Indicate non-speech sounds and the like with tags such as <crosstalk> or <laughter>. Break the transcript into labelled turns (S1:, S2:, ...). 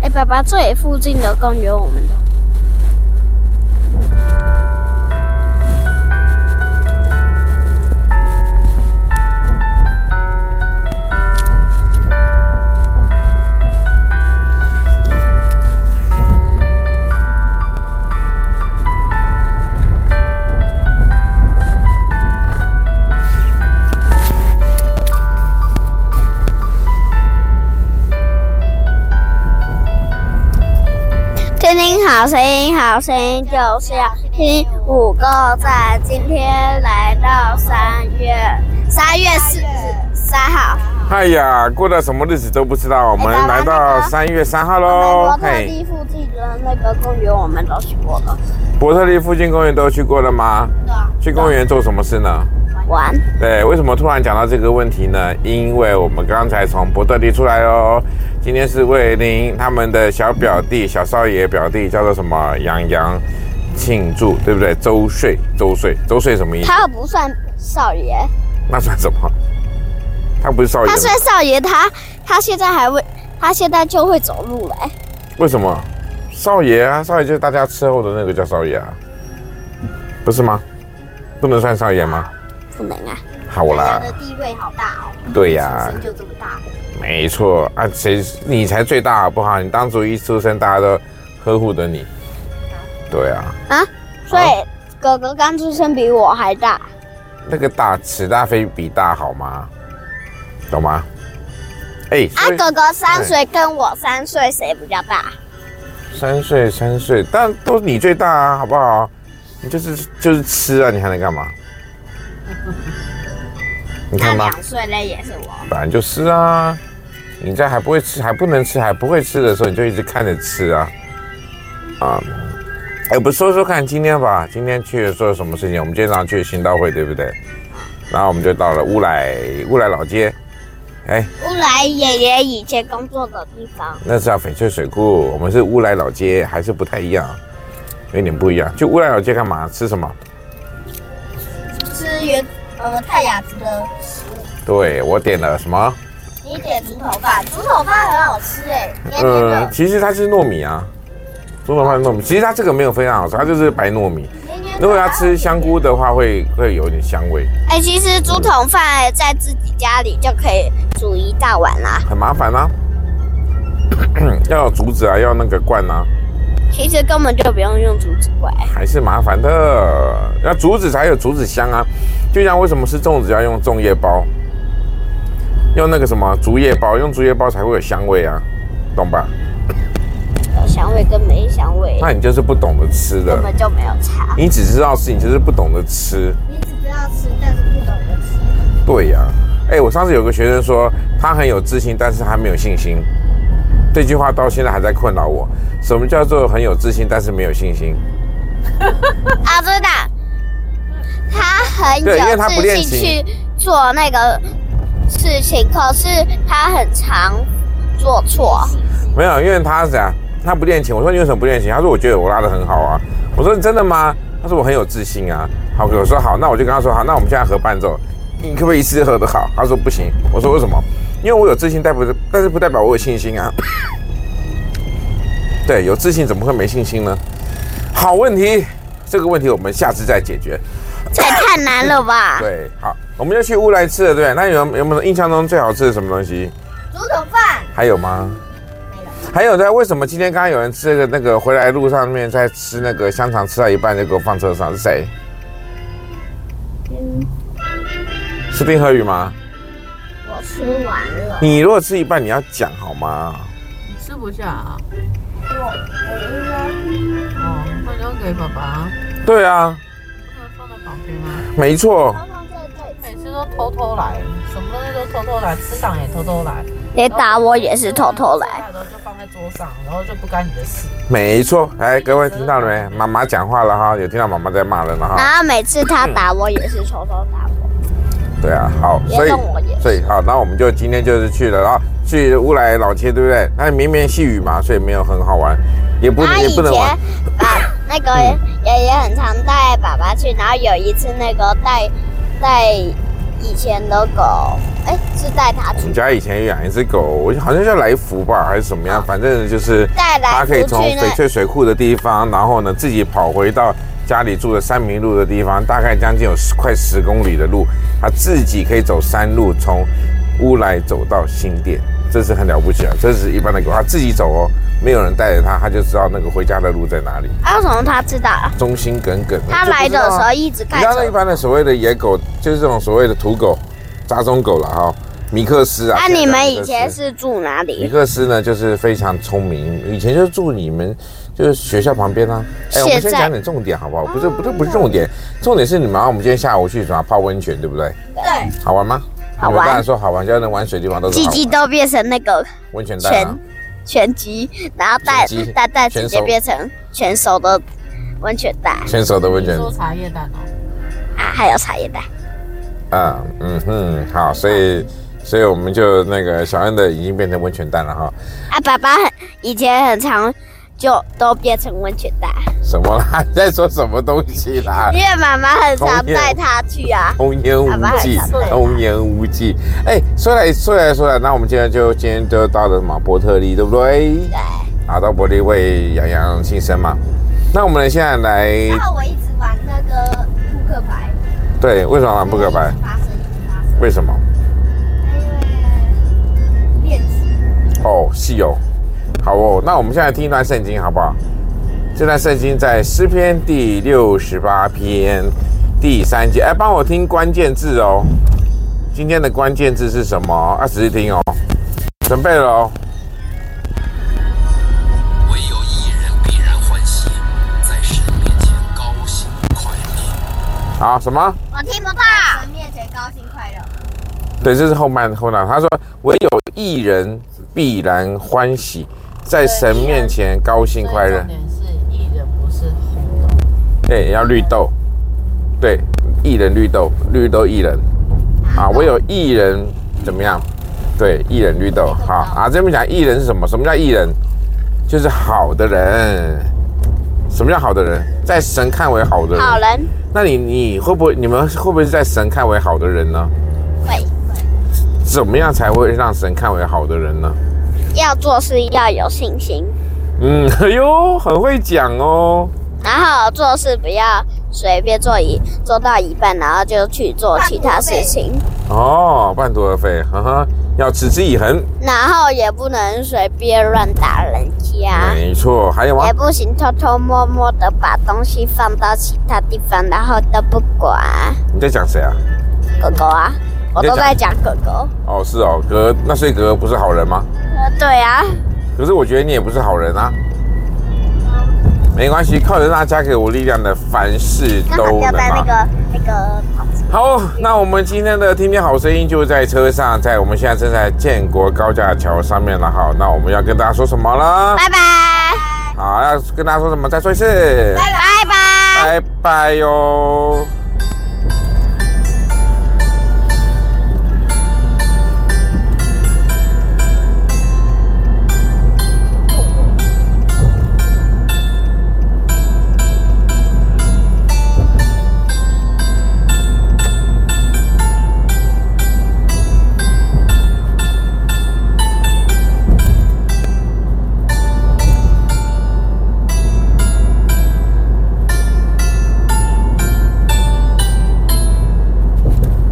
S1: 哎、爸爸，这里附近的公园我们都听听好声音，好声音就是要听五个赞。今天来到三月三月四三号，
S2: 哎呀，过到什么日子都不知道，我们
S1: 哎爸爸
S2: 来
S1: 那
S2: 到
S1: 个
S2: 三月三号
S1: 美
S2: 喽
S1: 国。特地附近的那个公园我们都去过了，
S2: 伯特利附近公园都去过了吗？
S1: 对啊，
S2: 去公园做什么事呢？
S1: 玩。
S2: 对，为什么突然讲到这个问题呢？因为我们刚才从伯特利出来哦。今天是魏林他们的小表弟、小少爷表弟，叫做什么？杨洋庆祝，对不对？周岁，周岁，周岁什么意思？
S1: 他又不算少爷，
S2: 那算什么？他不是少爷
S1: 他
S2: 吗？
S1: 算少爷，他他现在还会，他现在就会走路了、哎
S2: 为什么？少爷啊，少爷就是大家伺候的那个叫少爷啊，不是吗？不能算少爷吗？
S1: 不能啊！
S2: 好啦，
S1: 地位好大哦，
S2: 对呀、
S1: 就这么大。
S2: 没错啊，谁你才最大好不好？你当初一出生，大家都呵护着你。对啊，
S1: 啊，所以哥哥刚出生比我还大，
S2: 那个大此大非彼大好吗？懂吗？哎、
S1: 啊
S2: 所以，
S1: 哥哥三岁跟我三岁，谁比较大？
S2: 三岁三岁，但都你最大啊，好不好？你就是就是吃啊，你还能干嘛？
S1: 那
S2: 你看吧。
S1: 两岁嘞也是我，
S2: 本来就是啊，你在还不会吃、还不能吃、还不会吃的时候，你就一直看着吃啊，啊，哎，不说说看今天吧，今天去做什么事情？我们今天早上去行道会，对不对？然后我们就到了乌来乌来老街，哎，
S1: 乌来爷爷以前工作的地方。
S2: 那是叫翡翠水库，我们是乌来老街，还是不太一样，有点不一样。去乌来老街干嘛？吃什么？
S1: 吃原呃泰雅族的食物，
S2: 对我点了什么？
S1: 你点猪头饭，猪头饭很好吃哎，黏黏
S2: 呃，
S1: 的，
S2: 其实它是糯米啊，猪头饭糯米。其实它这个没有非常好吃，它就是白糯米。
S1: 黏黏的
S2: 如果要吃香菇的话，会会有点香味，
S1: 哎、其实猪头饭在自己家里就可以煮一大碗啦。
S2: 很麻烦啊。 <coughs> 要有竹子啊，要那个罐啊，
S1: 其实根本就不用用竹子罐。
S2: 还是麻烦的。要竹子才有竹子香啊。就像为什么吃粽子要用粽叶包，用那个什么竹叶包，用竹叶包才会有香味啊，懂吧？
S1: 有呃香味跟没香味
S2: 那你就是不懂得吃的
S1: 根，本就没有差。
S2: 你只知道吃，你就是不懂得吃。
S1: 你只知道吃，但是不懂得吃。
S2: 对呀、哎、我上次有个学生说他很有自信，但是他没有信心。这句话到现在还在困扰我。什么叫做很有自信，但是没有信心？
S1: 啊，真的，他很
S2: 对因为
S1: 有
S2: 他不练
S1: 自
S2: 琴
S1: 信去做那个事情，可是他很常做错。
S2: 没有，因为他是讲他不练琴。我说你为什么不练琴？他说我觉得我拉的很好啊。我说你真的吗？他说我很有自信啊。好，我说好，那我就跟他说好，那我们现在合伴奏，你可不可以一次合的好？他说不行。我说为什么？因为我有自信，代表但是不代表我有信心啊。 <coughs> 对，有自信怎么会没信心呢？好问题，这个问题我们下次再解决。
S1: 这也太难了吧？
S2: 对，好，我们就去乌来吃了，对不对？那有有没有印象中最好吃的什么东西？
S1: 竹筒饭，
S2: 还有吗？还有呢？为什么今天刚刚有人吃那个那个回来路上面在吃那个香肠，吃到一半就给我放车上？是谁？是丁和宇吗？
S1: 我吃完了，
S2: 你如果吃一半，你要讲好吗？
S3: 吃不下啊？
S1: 我
S3: 哦，那你要给爸爸，
S2: 对啊，
S3: 不能放在旁边啊。
S2: 没错，
S3: 每次都偷偷来，什么东西都偷偷来，吃糖也偷偷来，
S1: 你打我也是偷偷来。，
S3: 然后就放在桌上，然后就不干你的事。
S2: 没错。哎，各位听到了没？妈妈讲话了哈，有听到妈妈在骂人了哈。
S1: 然后每次
S2: 嗯
S1: 他打我也是偷偷打我，
S2: 对啊，好，
S1: 别
S2: 所以
S1: 动我也
S2: 所以好，那我们就今天就是去了，然后去乌来老街，对不对？那绵绵细雨嘛，所以没有很好玩，也不
S1: 他
S2: 能也
S1: 以
S2: 不能玩嗯
S1: 前。把那个爷爷很常带爸爸去，然后有一次那个带带以前的狗哎，是带他
S2: 我
S1: 出
S2: 们，家以前养一只狗，好像叫来福吧，还是怎么样，反正就是
S1: 啊带来福
S2: 它可以从
S1: 去那
S2: 翡翠水库的地方，然后呢自己跑回到家里住的三明路的地方，大概将近有十快十公里的路，它自己可以走山路，从乌来走到新店，这是很了不起啊！这是一般的狗，它自己走哦，没有人带着它，它就知道那个回家的路在哪里，
S1: 啊，为什么他知道啊？
S2: 忠心耿耿的。
S1: 他
S2: 就不
S1: 来
S2: 知道
S1: 的
S2: 啊
S1: 时候一直
S2: 你
S1: 看
S2: 知道那一
S1: 着。
S2: 般的所谓的野狗，就是这种所谓的土狗、杂种狗了哈、米克斯啊。
S1: 那、你们以前
S2: 现在的
S1: 是住哪
S2: 米
S1: 里？
S2: 克斯呢，就是非常聪明，以前就住你们就是学校旁边啊。哎，我们
S1: 现
S2: 先
S1: 在
S2: 讲点重点好不好？不是，不是，不是重点，重点是你们啊，我们今天下午去什么泡温泉，对不对？
S3: 对，
S2: 好玩吗？
S1: 好玩
S2: 你们当然说好玩，现在能玩水的地方都是
S1: 鸡
S2: 好玩
S1: 鸡都变成那个
S2: 温泉蛋
S1: 全
S2: 啊，
S1: 全鸡，然后蛋
S2: 全鸡
S1: 蛋蛋直
S2: 全
S1: 接
S2: 熟
S1: 变成全熟的温泉蛋
S2: 牵手的温
S3: 你
S2: 泉
S3: 说茶叶蛋哦，
S1: 啊，还有茶叶蛋。
S2: 啊，嗯哼，好，所以，所以我们就那个小恩的已经变成温泉蛋了哈。
S1: 啊，爸爸很以前很常就都变成温泉蛋，
S2: 什么啦？你在说什么东西啦？
S1: <laughs> 因为妈妈很常
S2: 童年
S1: 带他去啊。
S2: 童言无忌
S1: 好吧，
S2: 童言无忌。哎，说来说来说来，那我们今天就今天就到了什么伯特利，对不对？对。啊，到伯特利为洋洋庆生嘛。那我们现在来，
S1: 后我一直玩那个扑克牌，
S2: 对，为什么玩啊扑克牌？
S1: 发生发生，
S2: 为什么？
S1: 因为练习。
S2: 哦，是有。好哦，那我们现在听一段圣经好不好？这段圣经在诗篇第六十八篇第三节。哎，帮我听关键字哦。今天的关键字是什么？啊，仔细听哦。准备了哦。
S4: 唯有一人必然欢喜，在神面前高兴快乐。
S2: 好，什么？
S1: 我听不到。神
S2: 嗯
S1: 面前高兴快乐。
S2: 对，这是后半后半。他说：“唯有一人必然欢喜，在神面前高兴快乐
S3: 重。点是薏仁不是红的，”
S2: 对，要绿豆。对，一人绿豆，绿豆一人。啊，唯有一人怎么样？对，一人绿豆。好啊，这边讲一人是什么？什么叫一人？就是好的人。什么叫好的人？在神看为好的人。
S1: 好人
S2: 那你你会不会？你们会不会是在神看为好的人呢？
S1: 会
S2: 怎么样才会让神看为好的人呢？
S1: 要做事要有信心，
S2: 嗯， <laughs> 哎呦，很会讲哦。
S1: 然后做事不要随便做一做到一半，然后就去做其他事情，
S2: 哦，半途而废，哈哈，要持之以恒。
S1: 然后也不能随便乱打人家。
S2: 没错，还有啊吗
S1: 也？不行，偷偷摸摸的把东西放到其他地方，然后都不管。
S2: 你在讲谁啊？
S1: 狗狗啊，我都在讲狗狗。
S2: 哦，是哦，格，那所以格不是好人吗？
S1: 呃对啊，
S2: 可是我觉得你也不是好人啊。没关系，靠着那加给我力量的，凡事
S1: 刚好
S2: 都
S1: 掉
S2: 能
S1: 在那
S2: 嘛。
S1: 个那个桶子
S2: 好，那我们今天的《听听好声音》就在车上，在我们现在正在建国高架桥上面了。好，那我们要跟大家说什么了？
S1: 拜拜，
S2: 好，要跟大家说什么？再说一次。
S1: 拜拜。
S2: 拜拜哟。